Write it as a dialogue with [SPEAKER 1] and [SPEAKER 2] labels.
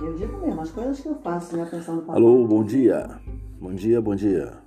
[SPEAKER 1] Eu digo mesmo, as coisas que eu faço, né? Pensando no papai.
[SPEAKER 2] Alô, bom dia. Bom dia, bom dia.